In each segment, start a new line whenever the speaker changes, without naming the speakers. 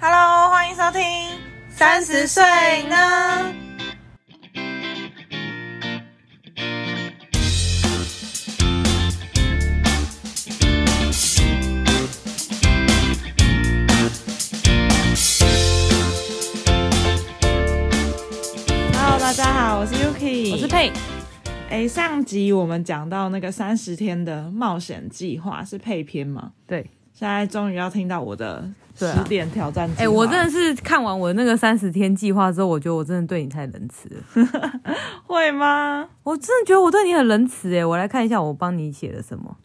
Hello，欢迎收听《三十岁呢》。Hello，大家好，我是 Yuki，
我是佩，
哎，上集我们讲到那个三十天的冒险计划是配篇嘛？
对，
现在终于要听到我的
对
十
啊
点挑战计划。
哎、我真的是看完我那个三十天计划之后，我觉得我真的对你太仁慈了，
会吗？
我真的觉得我对你很仁慈哎、我来看一下我帮你写了什么。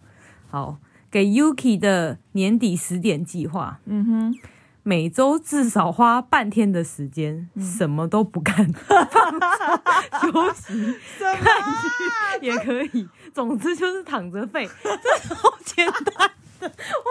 好，给 Yuki 的年底十点计划，嗯哼，每周至少花半天的时间，
嗯
什么都不干， 放松休息
什么？啊
也可以，总之就是躺着废，这好简单的。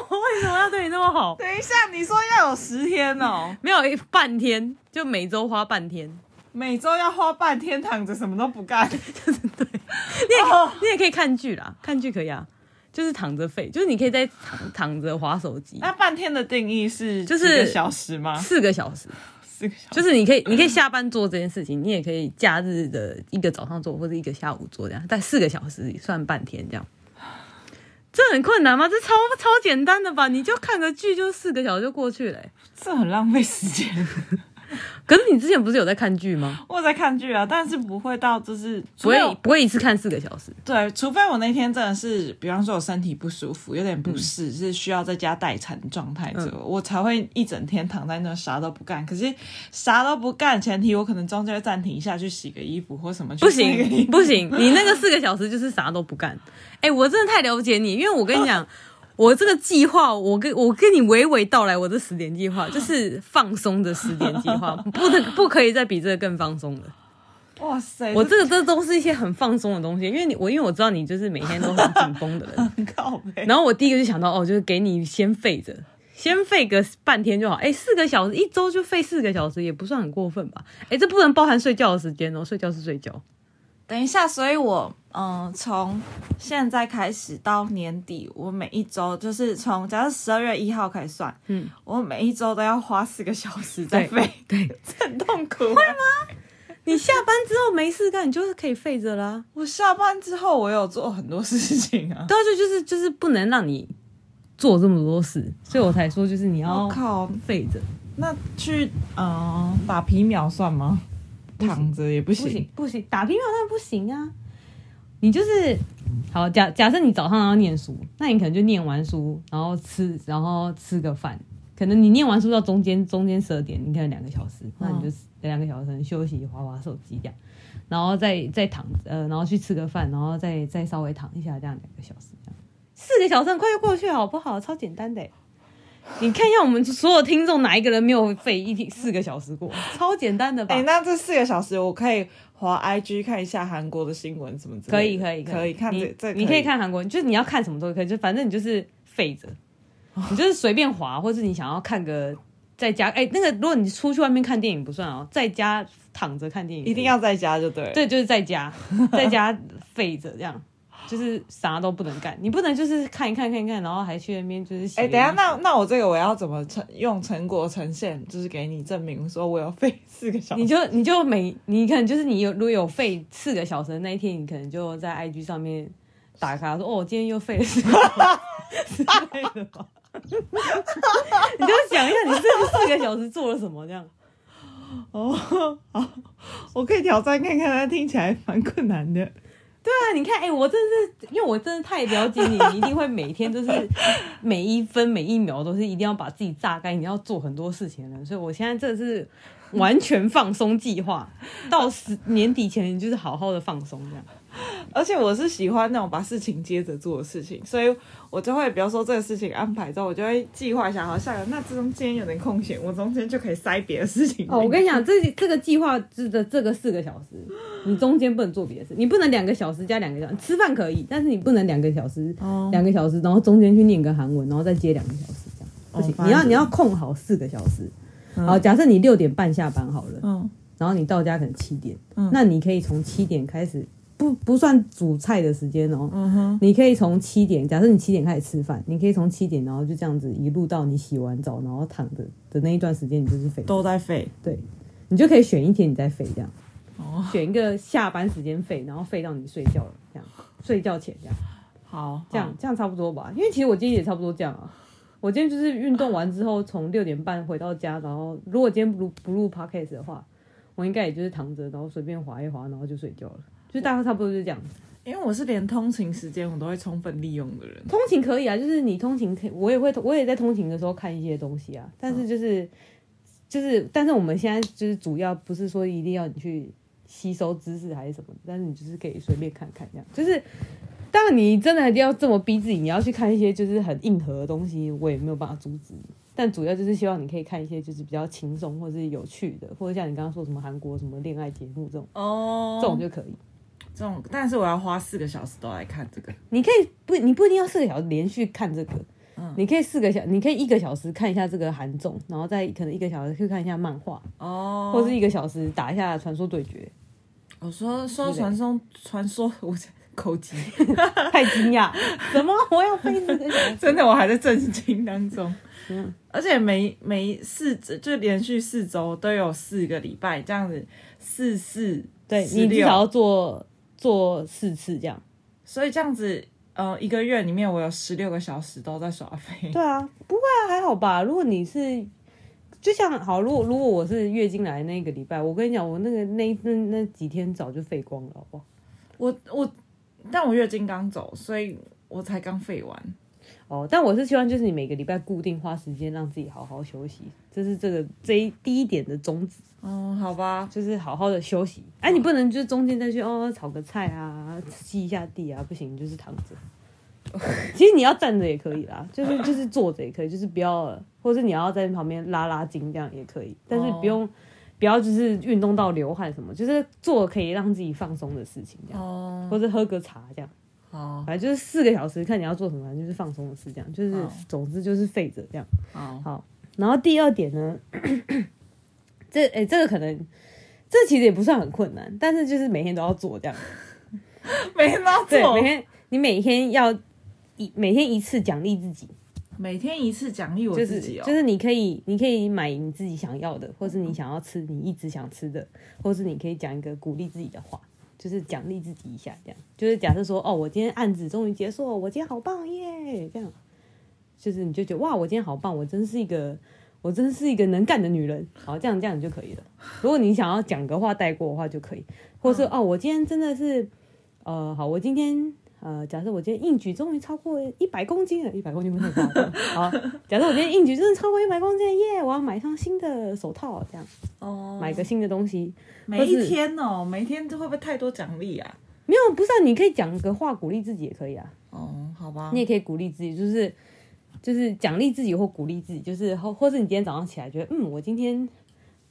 我为什么要对你那么好？
等一下，你说要有十天哦，
没有半天，就每周花半天。
每周要花半天躺着，什么都不干。
你也可以、
哦
你也可以看剧啦，看剧可以啊，就是躺着废，就是你可以在躺躺着划手机
那半天的定义是
就是
几个小时吗？
四个小时，
四个小时。
就是你可以你可以下班做这件事情，你也可以假日的一个早上做或者一个下午做这样，但四个小时算半天这样。这很困难吗？这超超简单的吧？你就看个剧，就四个小时就过去了欸、
这很浪费时间。
可是你之前不是有在看剧吗？
我有在看剧啊，但是不会到就是
不会不会一次看四个小时？
对，除非我那天真的是，比方说我身体不舒服，有点不适，是需要在家待产的状态之后，我才会一整天躺在那啥都不干。可是啥都不干，前提我可能中间会暂停一下去洗个衣服或什么去
不
晒个衣
行
服。
不行，你那个四个小时就是啥都不干。哎、我真的太了解你，因为我跟你讲，我这个计划，我跟我跟你娓娓道来，我这十点计划就是放松的十点计划，不能不可以再比这个更放松的。
哇塞，
我这个这都是一些很放松的东西，因为你我因为我知道你就是每天都很紧绷的 人，
很靠背。
然后我第一个就想到哦，就是给你先废着。先废个半天就好，哎、四个小时一周就废四个小时，也不算很过分吧？哎、这不能包含睡觉的时间哦，睡觉是睡觉。
等一下，所以我嗯，从现在开始到年底，我每一周就是从假设十二月一号开始算，嗯，我每一周都要花四个小时在
对
飞，对， 这很痛苦、会吗？
你下班之后没事干，你就是可以废着啦。
我下班之后，我有做很多事情 啊。
对啊，就就是就是不能让你做这么多事，所以我才说就是你
我
要
靠，
废着，
那去嗯、呃打皮秒算吗？躺着也不行。
不行不行，打乒乓当然不行啊。你就是好假假设你早上要念书，那你可能就念完书，然后吃，然后吃个饭。可能你念完书到中间中间十二点，你可能两个小时，
嗯
那你就两个小时可能休息，划划手机这样，然后再再躺着呃，然后去吃个饭，然后再再稍微躺一下，这样两个小时这样，四个小时很快就过去了好不好？超简单的欸。你看一下我们所有听众哪一个人没有费一天四个小时过？超简单的吧？
哎、那这四个小时我可以滑 IG 看一下韩国的新闻什么之
可
类
以
的。
可以
可以看
你
这这
你可以看韩国，就是你要看什么都可以，就反正你就是废 着，你就是随便滑，或是你想要看个在家，哎、那个如果你出去外面看电影不算哦，在家躺着看电影
一定要在家就对了。
对，就是在家在家废着这样。就是啥都不能干，你不能就是看一看看一看，然后还去那边就是洗
哎、
个衣服。
等一下，那那我这个我要怎么成用成果呈现，就是给你证明说我有费 四个小时？
你就你就每你可能就是你有如果有废四个小时的那一天，你可能就在 IG 上面打卡说哦，我今天又废了四个小时之类的吧。你就想一下你这四个小时做了什么这样。
哦，好，我可以挑战看看，但听起来蛮困难的。
对啊，你看，哎、我真的是，因为我真的太了解你，你一定会每天都是每一分每一秒都是一定要把自己榨干，你要做很多事情的人。所以我现在真的是完全放松计划，到十年底前你就是好好的放松这样。
而且我是喜欢那种把事情接着做的事情，所以我就会，比如说这个事情安排之后，我就会计划一下，好，下个那这中间有点空闲，我中间就可以塞别的事情。
哦，我跟你讲，这这个计划是的这个四个小时，你中间不能做别的事，你不能两个小时加两个小时吃饭可以，但是你不能两个小时
哦
两、个小时，然后中间去念个韩文，然后再接两个小时这样不行。
反正
你要
就是
你要空好四个小时。好，假设你六点半下班好了，
嗯
然后你到家可能七点，那你可以从七点开始。不不算煮菜的时间哦。嗯哼，你可以从七点，假设你七点开始吃饭，你可以从七点，然后就这样子一路到你洗完澡，然后躺着的那一段时间，你就是肥。
都在废。
对，你就可以选一天你再废这样，
哦，
选一个下班时间废，然后废到你睡觉了这样，睡觉前这样。
好，
这样这样差不多吧，因为其实我今天也差不多这样啊。我今天就是运动完之后，从六点半回到家，然后如果今天不录不录 podcast 的话，我应该也就是躺着，然后随便滑一滑，然后就睡觉了。就大概差不多就是这样。
好，因为我是连通勤时间我都会充分利用的人。
通勤可以啊，就是你通勤可以，我也会，我也在通勤的时候看一些东西啊。但是就是、就是，但是我们现在就是主要不是说一定要你去吸收知识还是什么的，但是你就是可以随便看看这样。就是当然你真的一定要这么逼自己，你要去看一些就是很硬核的东西，我也没有办法阻止你。但主要就是希望你可以看一些就是比较轻松或是有趣的，或者像你刚刚说什么韩国什么恋爱节目这种，
哦
这种就可以。
这种，但是我要花四个小时都来看这个。
你可以不，你不一定要四个小时连续看这个，你可以四个小，你可以一个小时看一下这个韩综，然后再可能一个小时去看一下漫画，
哦，
或是一个小时打一下传说对决。
我说说传送传说，我 口急，
太惊 讶，怎么我要飞四个小时？
真的我还在震惊当 中。
啊
而且每每四就连续四周都有四个礼拜这样子，四四
对
四
你至
六
少要做做四次这样。
所以这样子，呃，一个月里面我有十六个小时都在耍飞。
对啊，不会啊，还好吧。如果你是，就像好，如果如果我是月经来那个礼拜，我跟你讲，我那个那那那几天早就废光了，好不好？
我我，但我月经刚走，所以我才刚废完。
哦，但我是希望就是你每个礼拜固定花时间让自己好好休息，这是这个这一第一点的宗旨，
哦，好吧，
就是好好的休息。哎、你不能就是中间再去哦炒个菜啊，吸一下地啊，不行，你就是躺着。其实你要站着也可以啦，就是就是坐着也可以，就是不要，或者你要在旁边拉拉筋这样也可以，但是不用、不要就是运动到流汗什么，就是做可以让自己放松的事情这样，
哦，
或者喝个茶这样。
好，
反正就是四个小时，看你要做什么，反正就是放松的事，这样就是、
嗯
总之就是废着这样。
好，
好，然后第二点呢， 这诶、这个可能这其实也不算很困难，但是就是每天都要做这样，
每天都要
对，
做，
每天你每天要一每天一次奖励自己，
每天一次奖励我
就
自
是
己哦。
就是你可以你可以买你自己想要的，或是你想要吃你一直想吃的，或是你可以讲一个鼓励自己的话。就是奖励自己一下，这样就是假设说，哦，我今天案子终于结束了，我今天好棒耶，这样，就是你就觉得哇，我今天好棒，我真是一个，我真是一个能干的女人。好，这样这样你就可以了。如果你想要讲个话带过的话就可以，或
嗯
是、哦，我今天真的是，呃，好，我今天呃，假设我今天硬举终于超过一百公斤了，一百公斤会太夸张。好，假设我今天硬举真的超过一百公斤了，耶！我要买一双新的手套，这样
哦，
买个新的东西。
每一
或是
天哦，每一天这会不会太多奖励啊？
没有，不是、啊，你可以讲个话鼓励自己也可以啊。
哦，好吧
你，也可以鼓励自己，就是就是奖励自己或鼓励自己，就是或或是你今天早上起来觉得，嗯，我今天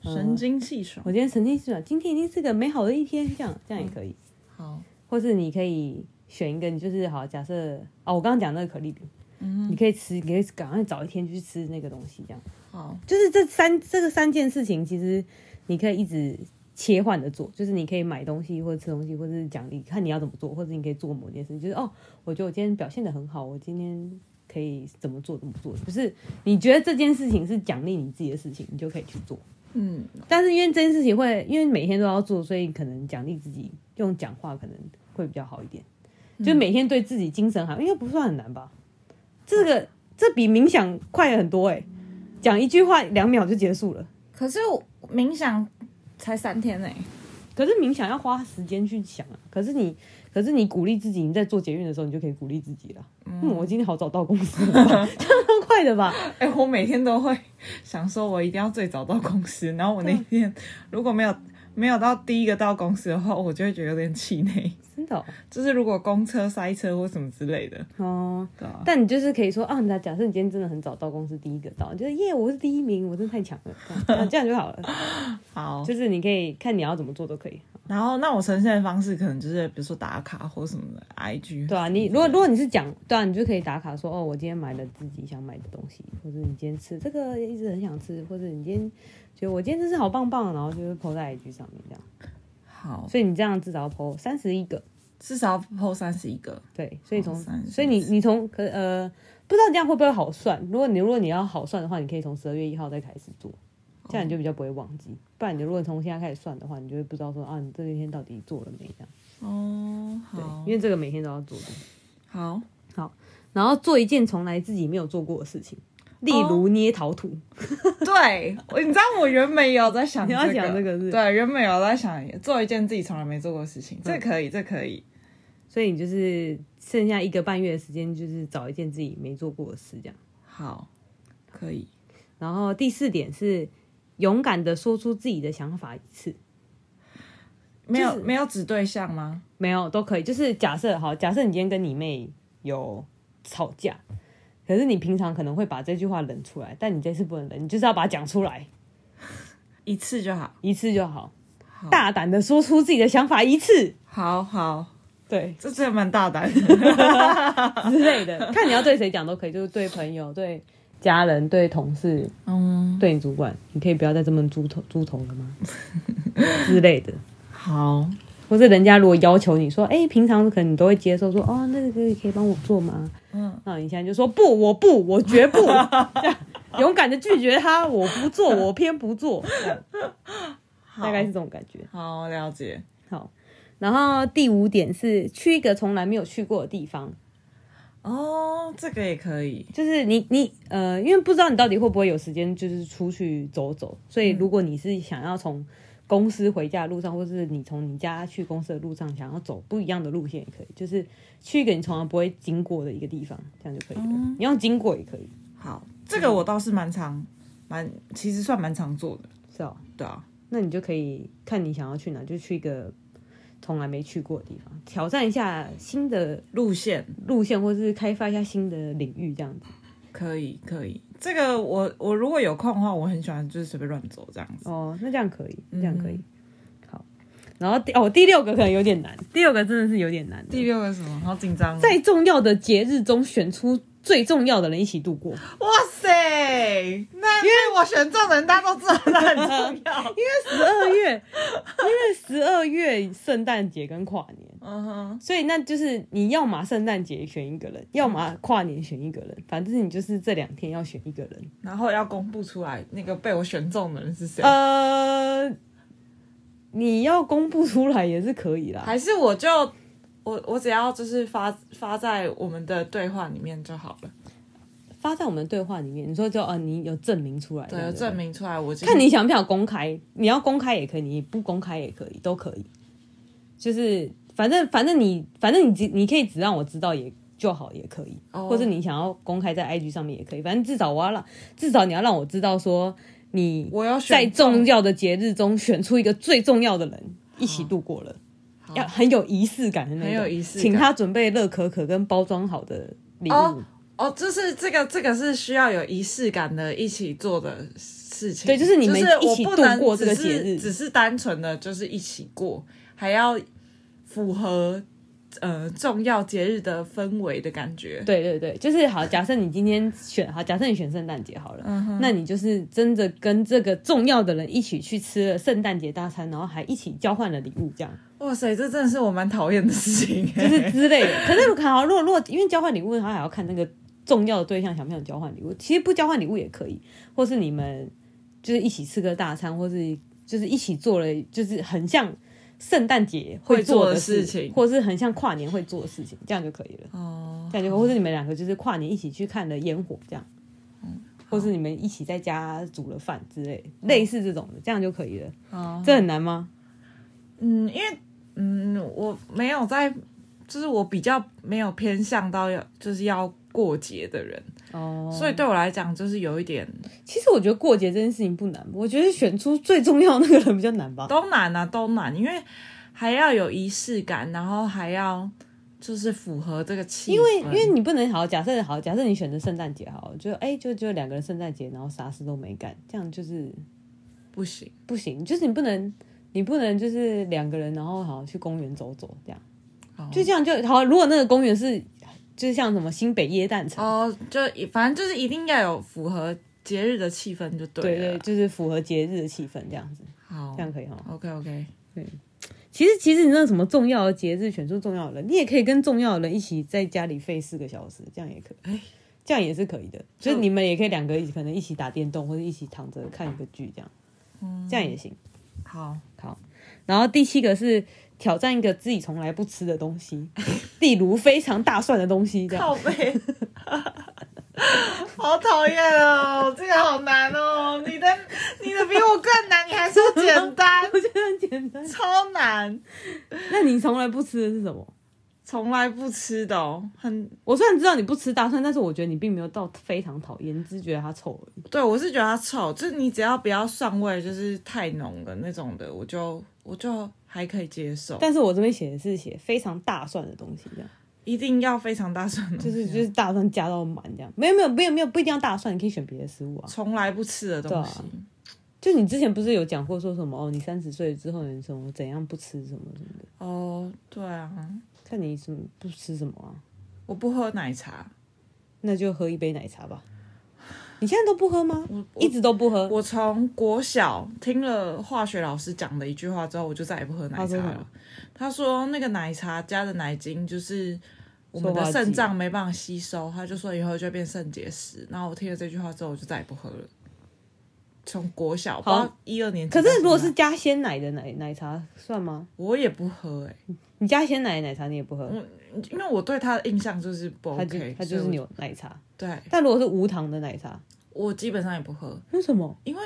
神清气爽。
我今天神经质了，啊今天一定是个美好的一天，这样这样也可
嗯
以。
好，
或是你可以选一个，你就是好，假设哦，我刚刚讲那个可丽饼，
嗯
你可以吃，你可以赶快找一天去吃那个东西，这样
好，
就是这三这个三件事情，其实你可以一直切换着做，就是你可以买东西或者吃东西，或者是奖励，看你要怎么做，或者你可以做某件事，就是哦，我觉得我今天表现的很好，我今天。可以怎么做怎么做，就是你觉得这件事情是奖励你自己的事情，你就可以去做。
嗯，
但是因为这件事情会，因为每天都要做，所以可能奖励自己用讲话可能会比较好一点。就每天对自己精神好，应该不算很难吧？这个这比冥想快很多哎、讲一句话两秒就结束了。
可是我冥想才三天呢。
可是冥想要花时间去想啊。可是你，可是你鼓励自己，你在做捷运的时候，你就可以鼓励自己了。嗯，我今天好早到公司了吧， 这样都快的吧？
哎、我每天都会想说，我一定要最早到公司。然后我那天如果没有没有到第一个到公司的话，我就会觉得有点气馁。
真的哦、
就是如果公车塞车或什么之类的，
哦
对啊
但你就是可以说啊，你假设你今天真的很早到公司，第一个到，你就是耶，我是第一名，我真的太强了，这样啊这样就好了。
好，
就是你可以看你要怎么做都可以，
然后那我呈现的方式可能就是比如说打卡或什么的 IG。
对啊，你如果如果你是讲，对啊，你就可以打卡说哦，我今天买了自己想买的东西，或者你今天吃这个一直很想吃，或者你今天觉得我今天真是好棒棒，然后就是 po 在 IG 上面这样。
好，
所以你这样至少要 po 三十一个，
至少要 PO 三十一个。
对，所以从
好哦三十
所以你你从可呃，不知道这样会不会好算？如果你如果你要好算的话，你可以从十二月一号再开始做，这样你就比较不会忘记。不然你如果从现在开始算的话，你就会不知道说啊，你这一天到底做了没这样。
哦，
对，
好
因，为这个每天都要做的。
好，
然后做一件从来自己没有做过的事情，例如捏陶土。
对，我你知道我原本也有在想、
你
这
要讲这个是嗯
对，原本有在想做一件自己从来没做过的事情，这可以，这可以，
所以你就是剩下一个半月的时间，就是找一件自己没做过的事这样。
好，可以，
然后第四点是勇敢的说出自己的想法一次，
没有没有指对象吗？
没有都可以。就是假设好，假设你今天跟你妹有吵架，可是你平常可能会把这句话冷出来，但你这次不能冷，你就是要把它讲出来
一次就好，
一次就好，大胆的说出自己的想法一次，
好好，
对
这真的蛮大胆的，
之类的，看你要对谁讲都可以，就是对朋友、对家人、对同事、
嗯，
对你主管，你可以不要再这么猪头猪头了吗？之类的。
好，
或是人家如果要求你说，哎、平常可能你都会接受说，哦，那个可以可以帮我做吗？嗯，那你现在就说不，我不，我绝不，这样勇敢的拒绝他，我不做，我偏不做，这样大概是这种感觉。
好了解，
好，然后第五点是去一个从来没有去过的地方，
哦，这个也可以，
就是你你呃，因为不知道你到底会不会有时间，就是出去走走，所以如果你是想要从公司回家的路上，或是你从你家去公司的路上，想要走不一样的路线也可以，就是去一个你从来不会经过的一个地方，这样就可以了。你要经过也可以，
好，这
嗯
个我倒是蛮常，蛮其实算蛮常做的，
是哦。
对啊，
那你就可以看你想要去哪，就去一个从来没去过的地方，挑战一下新的
路线
路线，或是开发一下新的领域，这样子。
可以可以，这个我我如果有空的话，我很喜欢就是随便乱走这样子。
哦，那这样可以，这样可以。好，然后第哦第六个可能有点难，第六个真的是有点难。
第六个是什么？好紧张、哦！
在重要的节日中选出最重要的人一起度过，因
哇塞，那因为我选中的人，大家都知道他很重 要。
为十二月，因为十二月圣诞节跟跨年，
嗯哼，
所以那就是你要么圣诞节选一个人，要么跨年选一个人，反正你就是这两天要选一个人。
然后要公布出来那个被我选中的人是谁，
呃，你要公布出来也是可以啦。
还是我就我我只要就是发发在我们的对话里面就好了，
发在我们的对话里面，你说就呃，你有证明出来，
对，有
不
证明出来我就是
看你想不想公开，你要公开也可以，你不公开也可以，都可以。就是反正反正你反正你只你可以只让我知道也就好，也可以，
哦
或者你想要公开在 IG 上面也可以，反正至少我要让至少你要让我知道说你
我要选
在重要的节日中选出一个最重要的人一起度过了，要很有仪式感的那
哦
种，
很有仪式感
请他准备热可可跟包装好的礼物。
哦哦，就是这个这个是需要有仪式感的，一起做的事情。
对就是你们
就是
一
我
起
不
度
能
过这个
只是
节日
只是单纯的就是一起过，还要符合呃重要节日的氛围的感觉。
对对对，就是好。假设你今天选好，假设你选圣诞节好了，
嗯
那你就是真的跟这个重要的人一起去吃了圣诞节大餐，然后还一起交换了礼物，这样
哇塞，这真的是我蛮讨厌的事情、欸
就是之类的。可是可能如果如果因为交换礼物，他还要看那个重要的对象想不想交换礼物。其实不交换礼物也可以，或是你们就是一起吃个大餐，或是就是一起做了，就是很像。圣诞节
会做
做
的
的
事
事
情
或是很像跨年会做的事情，这样就可以了。
哦，
感觉，或是你们两个就是跨年一起去看了烟火这样，
嗯
或是你们一起在家煮了饭之类，类似这种的，这样就可以了。
哦
这很难吗？
嗯，因为嗯，我没有在，就是我比较没有偏向到要就是要过节的人，
哦，
所以对我来讲就是有一点
其实我觉得过节这件事情不难，我觉得选出最重要的那个人比较难吧。
都难啊，都难，因为还要有仪式感，然后还要就是符合这个气氛。
因为因为你不能好，假设好，假设你选择圣诞节好了，就哎、就就两个人圣诞节，然后啥事都没干，这样就是
不行，
不行，就是你不能，你不能就是两个人，然后好去公园走走这样，
哦
就这样就好。如果那个公园是就是像什么新北耶诞城，
哦，就一反正就是一定要有符合节日的气氛就
对啊哦
了。
对，就是符合节日的气氛这样子，
好
这样可以哈。
，OK OK，
其实其实你那什么重要的节日选出重要的人，你也可以跟重要的人一起在家里费四个小时，这样也可以，哎这样也是可以的。所以你们也可以两个一起，可能一起打电动或者一起躺着看一个剧，这样，这样也行。
好，
好，然后第七个是挑战一个自己从来不吃的东 西，例如非常大蒜的东西， 这样。
靠背，好讨厌哦，这个好难哦，你的你的比我更难，你还说简单，
我觉得很简单。
超难，
那你从来不吃的是什么？
从来不吃的哦，很
我虽然知道你不吃大蒜，但是我觉得你并没有到非常讨厌，只是觉得它臭而已。
对我是觉得它臭，就是你只要不要蒜味，就是太浓的那种的，我就我就还可以接受，
但是我这边写的是写非常大蒜的东西，这样
一定要非常大蒜哦，
就是就是大蒜加到满这样。没有没有没有没有不一定要大蒜，你可以选别的食物啊。
从来不吃的东西
对。啊就你之前不是有讲过说什么哦，你三十岁之后你什么怎样不吃什么什么的，
哦，对啊，
看你什么不吃什么啊，
我不喝奶茶，
那就喝一杯奶茶吧。你现在都不喝吗
我？我
一直都不喝。
我从国小听了化学老师讲的一句话之后，我就再也不喝奶
他
茶
说什
了
么。
他说那个奶茶加的奶精就是我们
塑
的
化剂
肾脏没办法吸收，他就说以后就会变肾结石。然后我听了这句话之后，我就再也不喝了。从国小
好
到一二年级
可
到现在，
是如果是加鲜奶的奶奶茶算吗？嗯
我也不喝哎、
你加鲜奶的奶茶你也不喝，
因为我对他的印象就是不
它就
OK，
它
所
就
以
是
我
牛奶茶。
对
但如果是无糖的奶茶，
我基本上也不喝，
为什么？
因为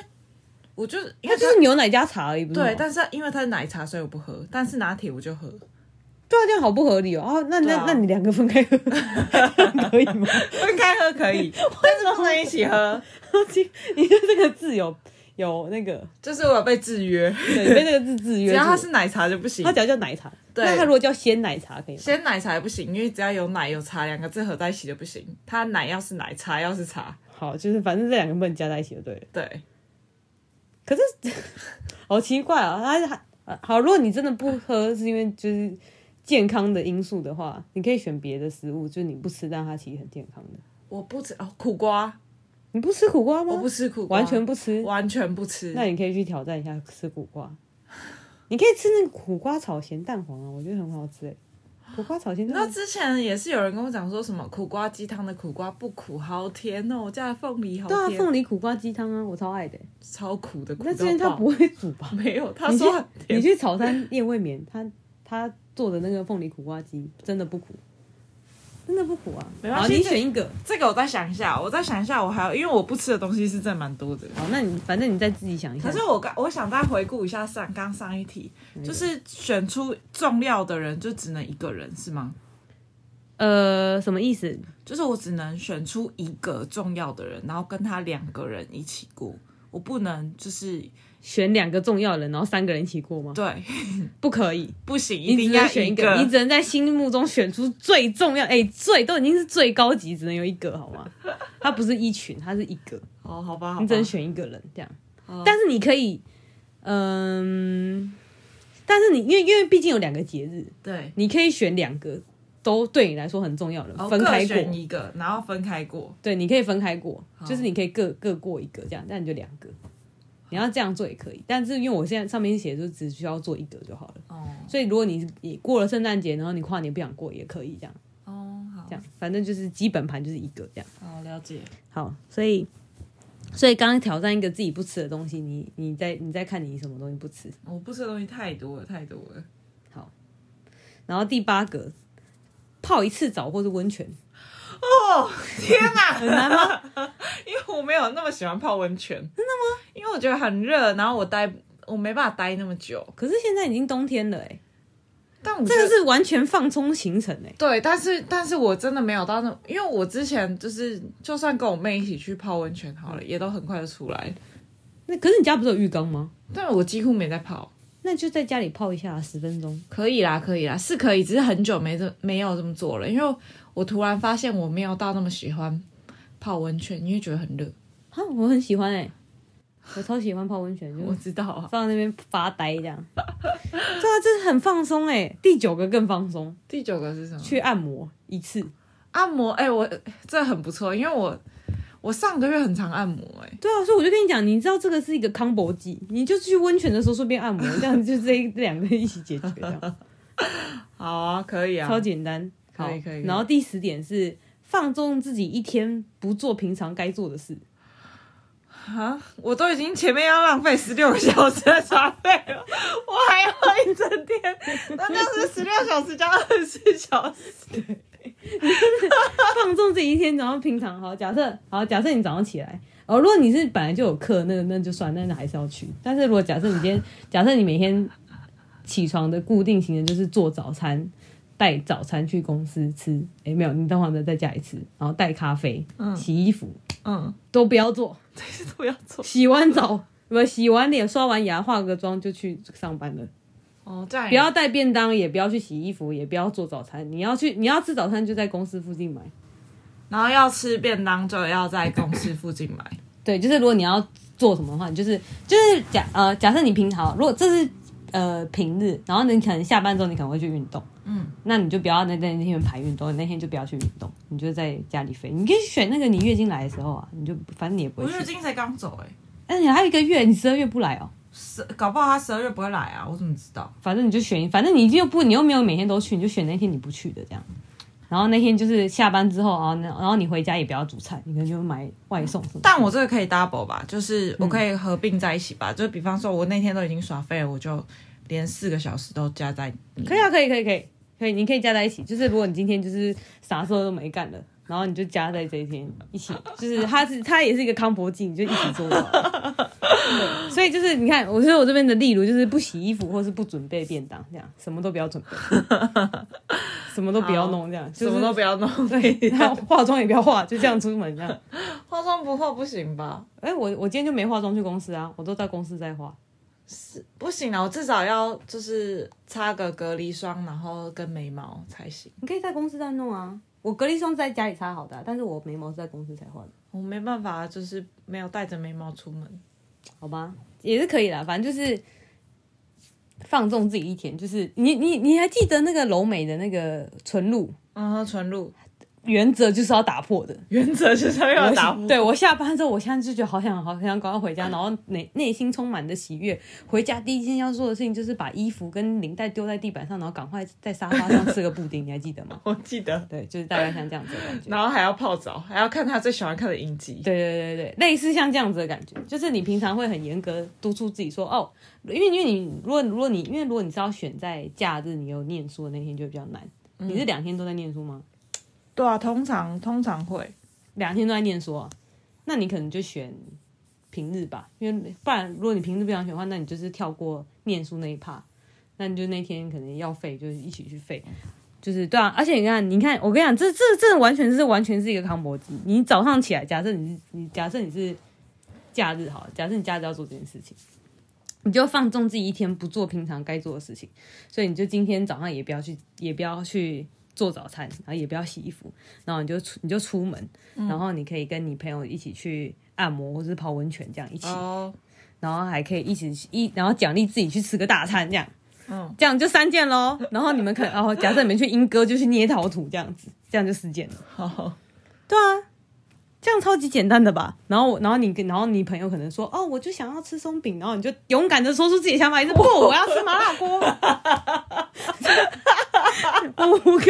我就是因
它
为
就是牛奶加茶而已，不是吗？
对，但是因为它是奶茶，所以我不喝，但是拿铁我就喝。
对啊，这样好不合理哦。哦，那
对
那、
啊
那你两个分开喝 可以吗？
分开喝可 以，但是不能一起喝。
你对这个字有有那个，
就是我有被制约，
对，被这个字制约
只
住。
要它是奶茶就不行
它。只要叫奶茶，
对
那它如果叫鲜奶茶可以吗？
鲜奶茶也不行，因为只要有奶有茶两个字合在一起就不行。它奶要是奶，茶要是茶。
好，就是反正这两个不能加在一起就对了。
对，
可是好奇怪啊、它它呃好，如果你真的不喝，是因为就是健康的因素的话，你可以选别的食物，就是你不吃，但它其实很健康的。
我不吃哦，苦瓜，
你不吃苦瓜吗？
我不吃苦瓜，
完全不吃。
完全不吃。
那你可以去挑战一下吃苦瓜，你可以吃那个苦瓜炒咸蛋黄啊，我觉得很好吃哎、苦瓜炒咸
你
蛋
知道
黄，
之前也是有人跟我讲说什么苦瓜鸡汤的苦瓜不苦，好甜哦，我加了凤梨好
对啊，
甜，
凤梨苦瓜鸡汤啊，我超爱的、欸。
超苦的苦到爆。
那之前他不会煮 吧？
没有，他
你去
说很
你
甜，
去草山夜未眠，他他做的那个凤梨苦瓜鸡真的不苦，真的不苦啊。
没关
好
系
你
这
选一个。
这个我再想一下，我再想一下，我还有因为我不吃的东西是真的蛮多的。
好，那你反正你再自己想一下。
可是我刚我想再回顾一下上刚上一题，就是选出重要的人就只能一个人是吗？
呃，什么意思？
就是我只能选出一个重要的人，然后跟他两个人一起过，我不能就是
选两个重要人，然后三个人一起过吗？
对，
不可以，
不行，
你
一
只
定
能
要
选一
个。
你只能在心目中选出最重要，哎、最都已经是最高级，只能有一个，好吗？ 它不是一群，它是一个，
哦，好吧，好吧
你只能选一个人这样
好。
但是你可以，嗯，但是你因为因为毕竟有两个节日，
对，
你可以选两个都对你来说很重要的人
哦
分开
各
过，
选一个，然后分开过。
对，你可以分开过，就是你可以各各过一个这样，但你就两个。你要这样做也可以，但是因为我现在上面写就只需要做一个就好了。
哦
所以如果你你过了圣诞节，然后你跨年不想过也可以这样，
哦，好
这，样反正就是基本盘就是一个这样。
好了解。
好，所以所以刚刚挑战一个自己不吃的东西，你你再你再看你什么东西不吃。
我不吃的东西太多了，太多了。
然后第八个，泡一次澡或是温泉，
哦，天 哪、
很难吗？
因为我没有那么喜欢泡温泉。真的吗？因为我觉得很热，然后我待我没办法待那么久。
可是现在已经冬天了哎、
但我
这
觉
个
得
是完全放松行程哎、
对，但是但是我真的没有到那，因为我之前就是就算跟我妹一起去泡温泉好了，也都很快就出来。
那可是你家不是有浴缸吗？
但我几乎没在泡。
那就在家里泡一下十分钟。
可以啦，可以啦，是可以，只是很久没这没有这么做了，因为我突然发现我没有到那么喜欢泡温泉，因为觉得很热。
啊，我很喜欢哎、我超喜欢泡温泉，就
我
是
知道啊，
放在那边发呆这 样。对啊，这是很放松哎、第九个更放松，
第九个是什么？
去按摩一次。
按摩，哎、我这很不错，因为我我上个月很常按摩、欸，哎，
对啊，所以我就跟你讲，你知道这个是一个 combo 技，你就去温泉的时候顺便按摩，这样就这一这两个一起解决， 这样
好啊，可以啊，
超简单。好
可以可以可以
然后第十点是放纵自己一天，不做平常该做的事。
啊！我都已经前面要浪费十六个小时的茶费了，我还要一整天，那这样是十六小时加二十四小时。
放纵自己一天，然后平常好，假设好，假设你早上起来，哦，如果你是本来就有课，那那就算，那那还是要去。但是如果假设你今天， 假设你每天起床的固定行程就是做早餐，带早餐去公司吃，诶，没有，你等会儿在家里吃，然后带咖啡，洗衣服
嗯，
都不要做，
这些都要做
洗完澡。 不，洗完脸、刷完牙、化个妆就去上班了。
哦，这样也
不要带便当，也不要去洗衣服，也不要做早餐。你要去，你要吃早餐就在公司附近买。
然后要吃便当就要在公司附近买。
对，就是如果你要做什么的话，你就是就是假呃，假设你平常如果这是呃平日，然后你可能下班之后你可能会去运动，
嗯，
那你就不要那那那天排运动，那天就不要去运动，你就在家里飞。你可以选那个你月经来的时候啊，你就反正你也不
我
会去
月。经才刚走哎、
但是你还有一个月，你十二月不来哦，
十搞不好他十二月不会来啊，我怎么知道？
反正你就选，反正你又不你又没有每天都去，你就选那天你不去的这样。然后那天就是下班之后啊，然后然后你回家也不要煮菜，你可能就买外送什么的。
但我这个可以 double 吧，就是我可以合并在一起吧。就比方说，我那天都已经耍废了，我就连四个小时都加在你。
可以啊，可以，可以，可以，可以，你可以加在一起。就是如果你今天就是啥时候都没干了，然后你就加在这一天一起，就是它是 它也是一个康博剂，你就一起做到了。 对，所以就是你看，我所以我这边的例如就是不洗衣服，或是不准备便当，这样什么都不要 准备，什么都不要弄，这样就是
什么都不要弄，
对， 然后 化妆也不要化，就这样出门这样。
化妆不化不行吧？
哎、我我今天就没化妆去公司啊，我都在公司在化。
不行啊，我至少要就是擦个隔离霜，然后跟眉毛才行。
你可以在公司再弄啊，我隔离霜是在家里擦好的啊、但是我眉毛是在公司才画的。
我没办法，就是没有带着眉毛出门。
好吧，也是可以啦，反正就是放纵自己一天。就是你你你还记得那个柔美的那个纯露
嗯，纯露
原则就是要打破的。
原则就是要要打呼。
对我下班之后，我现在就觉得好想好想赶快回家，然后内内心充满着喜悦。回家第一件要做的事情就是把衣服跟领带丢在地板上，然后赶快在沙发上吃个布丁。你还记得 吗？
我记得。
对，就是大概像这样子的感觉。
然后还要泡澡，还要看他最喜欢看的影集。
对对对对，类似像这样子的感觉，就是你平常会很严格督促自己说，哦，因为因为你如果如果你因为如果你是要选在假日，你有念书的那天就会比较难。你是两天都在念书吗？
对啊，通常通常会。
两天都在念书、啊，那你可能就选平日吧，因为不然如果你平日不想选的话，那你就是跳过念书那一趴，那你就那天可能要废，就是一起去废，就是对啊。而且你看，你看，我跟你讲，这这这完全是完全是一个康搏机。你早上起来，假设你是你假设你是假日好了，假设你假日要做这件事情。你就放纵自己一天不做平常该做的事情，所以你就今天早上也不要去，也不要去做早餐，然后也不要洗衣服，然后你就出你就出门，然后你可以跟你朋友一起去按摩或是泡温泉这样一起，
哦，
然后还可以一起一然后奖励自己去吃个大餐这样，
嗯，
这样就三件喽。然后你们可能哦，假设你们去英歌就去捏陶土这样子，这样就四件了。
好，
对啊，这样超级简单的吧？然后我，然后你跟，然后你朋友可能说，哦，我就想要吃松饼，然后你就勇敢的说出自己的想法，一直不，我要吃麻辣锅，五个，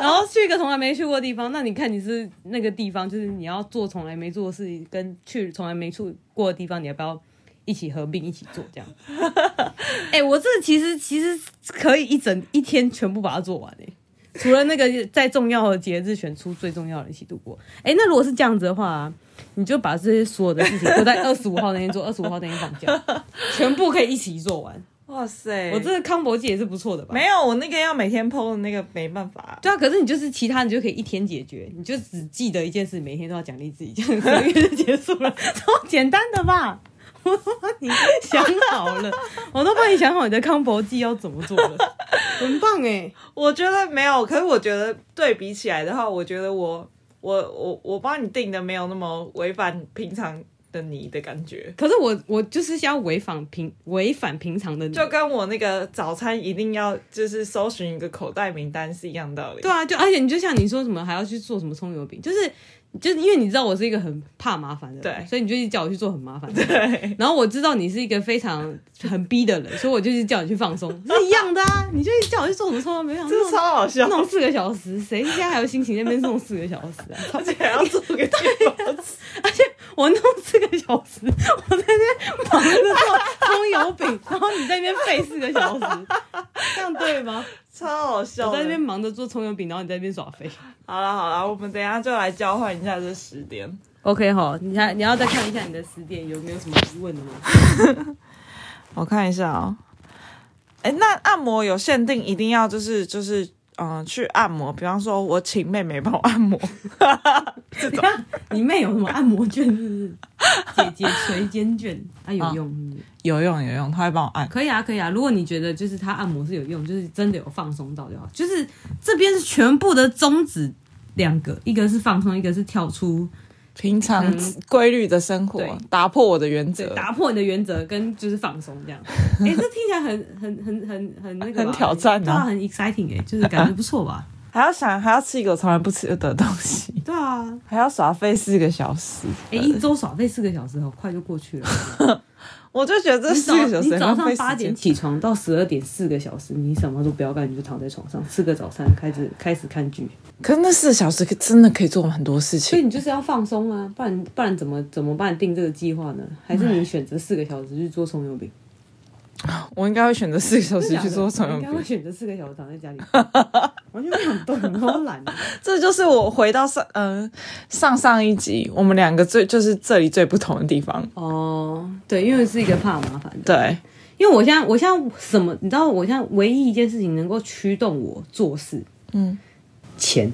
然后去一个从来没去过的地方，那你看你是那个地方，就是你要做从来没做的事情，跟去从来没去过的地方，你要不要？一起合并，一起做这样。 哎、我这其实其实可以一整一天全部把它做完哎、除了那个在重要的节日选出最重要的一起度过。哎、那如果是这样子的话、你就把这些所有的事情都在二十五号那天做，二十五号那天放假，全部可以一起做完。
哇塞，
我这个康博记也是不错的吧？
没有，我那个要每天 PO 的那个没办法，
对啊，可是你就是其他你就可以一天解决，你就只记得一件事，每天都要奖励自己，这样子就结束了，超简单的吧？我都帮你想好了，我都帮你想好你的康博记要怎么做了，很棒哎、
我觉得没有。可是我觉得对比起来的话，我觉得我我我我帮你定的没有那么违反平常的你的感觉，
可是我我就是要违反平违反平常的你，
就跟我那个早餐一定要就是搜寻一个口袋名单是一样道理。
对啊，就而且你就像你说什么还要去做什么葱油饼，就是就是因为你知道我是一个很怕麻烦的人，
对
所以你就一直叫我去做很麻烦的。
对，
然后我知道你是一个非常很逼 的人，所以我就是叫你去放松，是一样的啊。你就一直叫我去做什么错没有？
这超好笑，
弄四个小时，谁现在还有心情在那边弄四个小时啊？
而且还要做个 地方纸
我弄四个小时，我在那边忙着做葱 油饼，然后你在那边废四个小时，这样对吗？
超好笑
我
的。
在那边忙着做葱油饼，然后你在那边耍废。
好了好了，我们等一下就来交换一下这十点。
OK 好，你还你要再看一下你的词典有没有什么疑问的 吗？
我看一下哦。哎，那按摩有限定，一定要就是就是嗯、呃去按摩，比方说我请妹妹帮我按摩，
等一下啊你妹有什么按摩券是不 是？姐姐捶肩卷，它、有用是不是
有用有用，她会帮我按。
可以啊，可以啊。如果你觉得就是它按摩是有用，就是真的有放松到就好。就是这边是全部的宗旨两个，一个是放松，一个是跳出
平常规律的生活
对，
嗯打破我的原
对，
则，
打破你的原则跟就是放松 这样。哎、这听起来很很很很很那个吧，
很挑战啊
对啊，很 exciting 哎、就是感觉不错吧？
还要想还要吃一个我从来不吃的东 西，
对啊，
还要耍废四个小时。
哎、一周耍费四个小时，好快就过去了。
我就觉得这
你
四
早
个小时
你早
很浪费
上
时
八
间。
点起床到十二点四个小时，你什么都不要干，你就躺在床上吃个早餐，开始开始看剧。
可是那四个小时可真的可以做很多事
所以
情。
你就是要放松啊，不然不然怎么怎么办定这个计划呢？还是你选择四个小时去做葱油饼？
我应该会选择四个小时
真的假
去
的
做
我
重
应该
用
会。选择四个小时躺在 家里，完全没有动，我好懒 啊。
这就是我回到上嗯、上上一集，我们两个最就是这里最不同的地方。
哦，对，因为是一个怕麻烦的。
对，
因为我现在，我现在什么？你知道，我现在唯一一件事情能够驱动我做事，
嗯，
钱，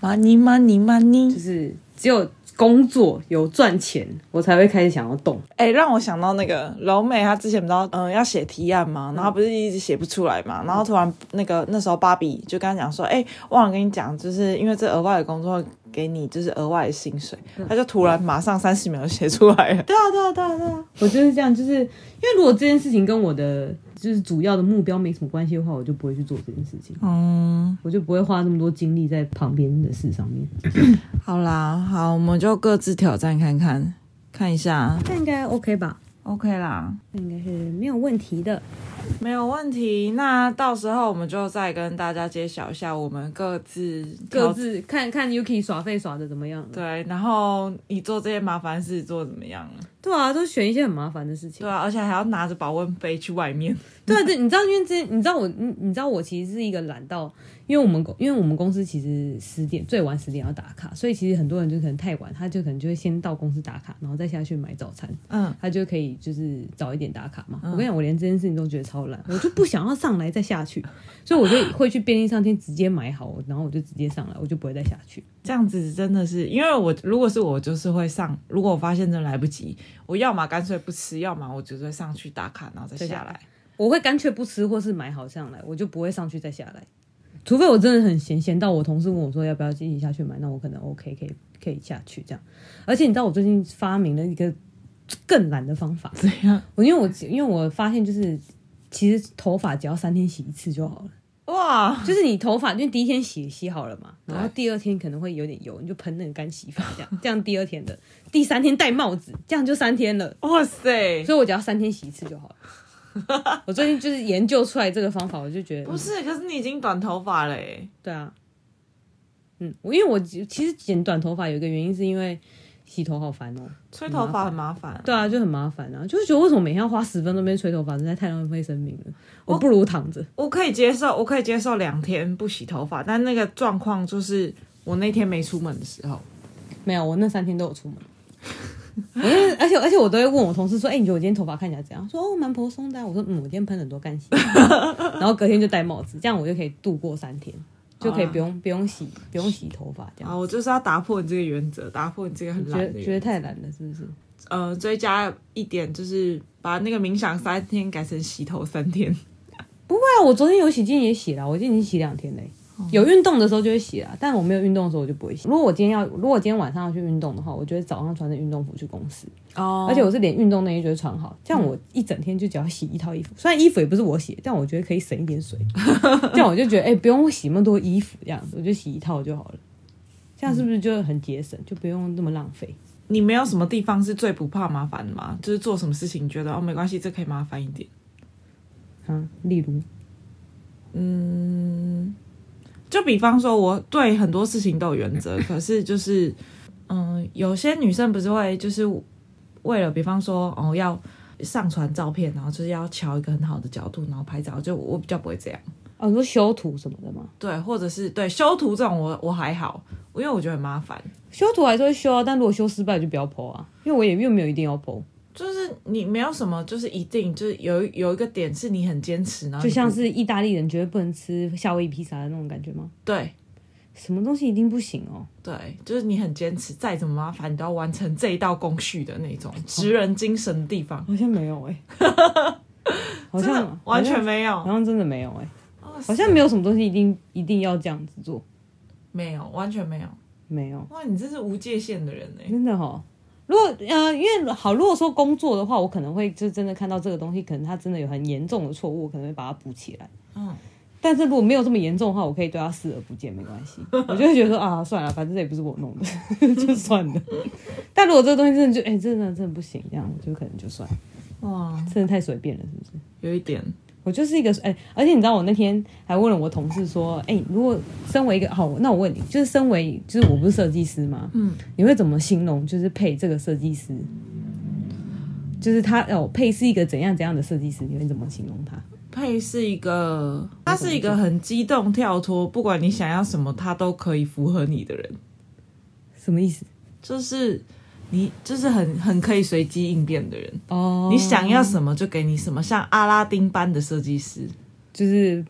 money money
就
money。
是只有工作有赚钱，我才会开始想要动。
哎、让我想到那个柔美，她之前不知道嗯、要写提案嘛，然后不是一直写不出来嘛，然后突然那个那时候芭比就跟她讲说，哎、忘了跟你讲，就是因为这额外的工作会给你就是额外的薪水，她就突然马上三十秒就写出来了。
对啊，对啊，对啊，对啊，我就是这样，就是因为如果这件事情跟我的就是主要的目标没什么关系的话，我就不会去做这件事情，
嗯，
我就不会花这么多精力在旁边的事上面。
好啦，好，我们就各自挑战看看，看一下
那应该 OK 吧？
，OK 啦。
那应该是没有问题的。
没有问题，那到时候我们就再跟大家揭晓一下我们各自
各自看看 Yuki 耍废耍的怎么样了？
对，然后你做这些麻烦事做得怎么样？
对啊，都选一些很麻烦的事情
对。啊，而且还要拿着保温杯去外面。
对啊，对，你知道，因为之前你知道我，你你知道我其实是一个懒到，因为我们公因为我们公司其实十点最晚十点要打卡，所以其实很多人就可能太晚，他就可能就会先到公司打卡，然后再下去买早餐，
嗯，
他就可以就是早一点打卡嘛。我跟你讲，我连这件事情都觉得超懒，我就不想要上来再下去，所以我就会去便利商店直接买好，然后我就直接上来，我就不会再下去。
这样子真的是，因为我如果是我，就是会上。如果我发现真的来不及，我要么干脆不吃，要么我就是会上去打卡，然后再
再
下
下
来
来。我会干脆不吃，或是买好上来，我就不会上去再下来。除非我真的很闲，闲到我同事问我说要不要一起下去买，那我可能 OK 可以可以下去这样。而且你知道我最近发明了一个更懒的方法，
怎样？
我因为我因为我发现就是其实头发只要三天洗一次就好了，
哇，
就是你头发因为第一天洗洗好了嘛，然后第二天可能会有点油，你就喷那个干洗法这样，这样第二天的，第三天戴帽子，这样就三天了。
哇塞！
所以我只要三天洗一次就好了。我最近就是研究出来这个方法，我就觉得
不
嗯
是，可是你已经短头发欸嘞。
对啊，嗯，我因为我其其实剪短头发有一个原因是因为洗头好烦哦、
吹头发很麻烦，
对啊，就很麻烦啊，就是觉得为什么每天要花十分钟在那边吹头发，实在太浪费生命了，我不如躺着。
我可以接受，我可以接受两天不洗头发，但那个状况就是我那天没出门的时候，
没有，我那三天都有出门。我就是，而且而且我都会问我同事说，哎、你觉得我今天头发看起来怎样？说哦，蛮蓬松的啊、我说嗯，我今天喷很多干洗，然后隔天就戴帽子，这样我就可以度过三天，就可以不用、不用洗不用洗头发这样
啊，。我就是要打破你这个原则，打破你这个很懒的
觉得
原则
觉得太懒了，是不是？
呃，追加一点就是把那个冥想三天改成洗头三天。
不会啊，我昨天有洗，今天也洗了，我今天已经洗两天嘞、
哦
有运动的时候就会洗啦，但我没有运动的时候我就不会洗。如果我今天要，如果我今天晚上要去运动的话，我就会早上穿着运动服去公司，
哦嗯
而且我是连运动内衣就会穿好，这样我一整天就只要洗一套衣服。虽然衣服也不是我洗，但我觉得可以省 一点水，这样我就觉得哎、不用洗那么多衣服，这样子我就洗一套就好了。这样是不是就很节省，就不用那么浪费？
你没有什么地方是最不怕麻烦的吗？就是做什么事情你觉得哦没关系，这可以麻烦一点。
啊，例如，
就比方说，我对很多事情都有原则，可是就是，嗯，有些女生不是会就是为了，比方说哦要上传照片，然后就是要瞧一个很好的角度，然后拍照，就我比较不会这样。
哦，你说修图什么的吗？
对，或者是对修图这种我我还好，因为我觉得很麻烦。
修图还是会修啊，但如果修失败就不要 PO 啊，因为我也又没有一定要 PO，
就是你没有什么，就是一定就是有一有一个点是你很坚持，然后
就
你
像
不
是意大利人绝对不能吃夏威夷披萨的那种感觉吗？
对
什么东西一定不行哦？
对，就是你很坚持，再怎么麻烦你都要完成这一道工序的那
哦
种职人精神的地方，
好像没有 哎、好
真
像
的完
好
全
像
没有
好，像真的没有哎、
哦
好像没有什么东西一定一定要这样子做，
没有，完全没有。
没有，
哇，你真是无界限的人哎、
真的哈、哦如果呃，因为好，如果说工作的话，我可能会就真的看到这个东西，可能它真的有很严重的错误，我可能会把它补起来。
嗯，
但是如果没有这么严重的话，我可以对它视而不见，没关系。我就会觉得说啊，算了，反正这也不是我弄的， 就算了。但如果这个东西真的就哎、真的真的不行，这样我就可能就算了，
哇，
真的太随便了，是不是？
有一点，
我就是一个哎、而且你知道，我那天还问了我同事说，哎、如果身为一个好，那我问你，就是身为就是我不是设计师嘛，
嗯，
你会怎么形容就是配这个设计师？就是他哦，配是一个怎样怎样的设计师？你会怎么形容他？
佩是一个，他是一个很激动跳脱，不管你想要什么，他都可以符合你的人，
什么意思？
就是你就是很很可以随机应变的人，
哦，
你想要什么就给你什么，像阿拉丁般的设计师，
就是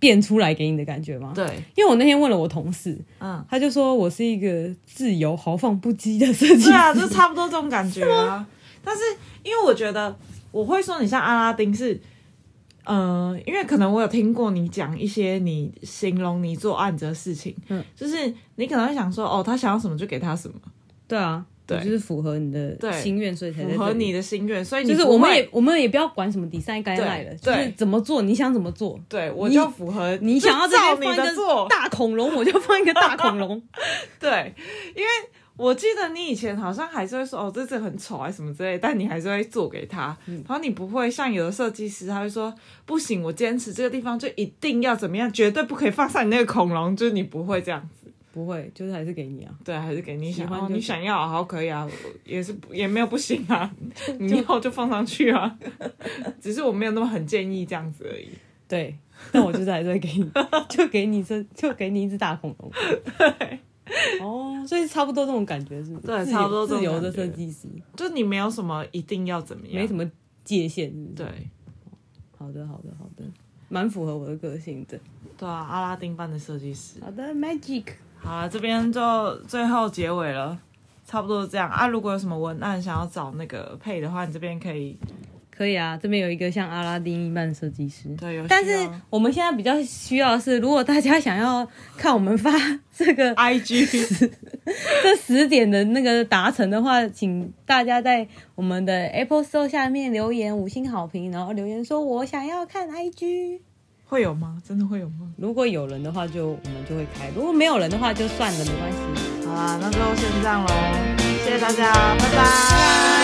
变出来给你的感觉吗？，
对，
因为我那天问了我同事，
嗯，
他就说我是一个自由豪放不羁的设计师。
对啊，就差不多这种感觉啊。但是因为我觉得我会说你像阿拉丁是，呃，因为可能我有听过你讲一些你形容你做案子的事情，
嗯，
就是你可能会想说，哦，他想要什么就给他什么，
对啊，
对
我就是符合你的
对
心愿，所以才在
符合
这里
你的心愿，所以你
就是
不会
我们也我们也不要管什么 design guideline 了，就
对
是怎么做，你想怎么做，
对我就符合
你想要
就
这
照
边
你
放一
的
个
做，
大恐龙，我就放一个大恐 龙。
对，因为。我记得你以前好像还是会说哦，这只很丑啊什么之类，但你还是会做给他。
嗯
然后你不会像有的设计师，他会说不行，我坚持这个地方就一定要怎么样，绝对不可以放上你那个恐龙，就是你不会这样子。
不会，就是还是给你啊。
对，还是给你想
喜欢
哦，
就
你想要啊好可以啊，我也是不也没有不行 啊，你要就放上去啊， 只是我没有那么很建议这样子而已。
对，但我就是还是会给你， 就给你这，就给你一只大恐龙。对，哦，所以差不多这种感觉是不是？
对
自由
差不多这种
自由的
感觉
设计师，
就你没有什么一定要怎么样，
没什么界限是不是。
对
好的，好的，好的，蛮符合我的个性的。
对啊，阿拉丁般的设计师。
好的，magic。
好啊，这边就最后结尾了，差不多是这样啊。如果有什么文案想要找那个配的话，你这边可以
可以啊，这边有一个像阿拉丁一般的设计师。
对有需要
但是我们现在比较需要的是，如果大家想要看我们发这个
I G
这十点的那个达成的话，请大家在我们的 Apple Store 下面留言五星好评，然后留言说我想要看 IG。
会有吗？真的会有吗？
如果有人的话就，我们就会开；如果没有人啊的话，就算了，没关系。
好啦，那就先这样喽，谢谢大家，拜拜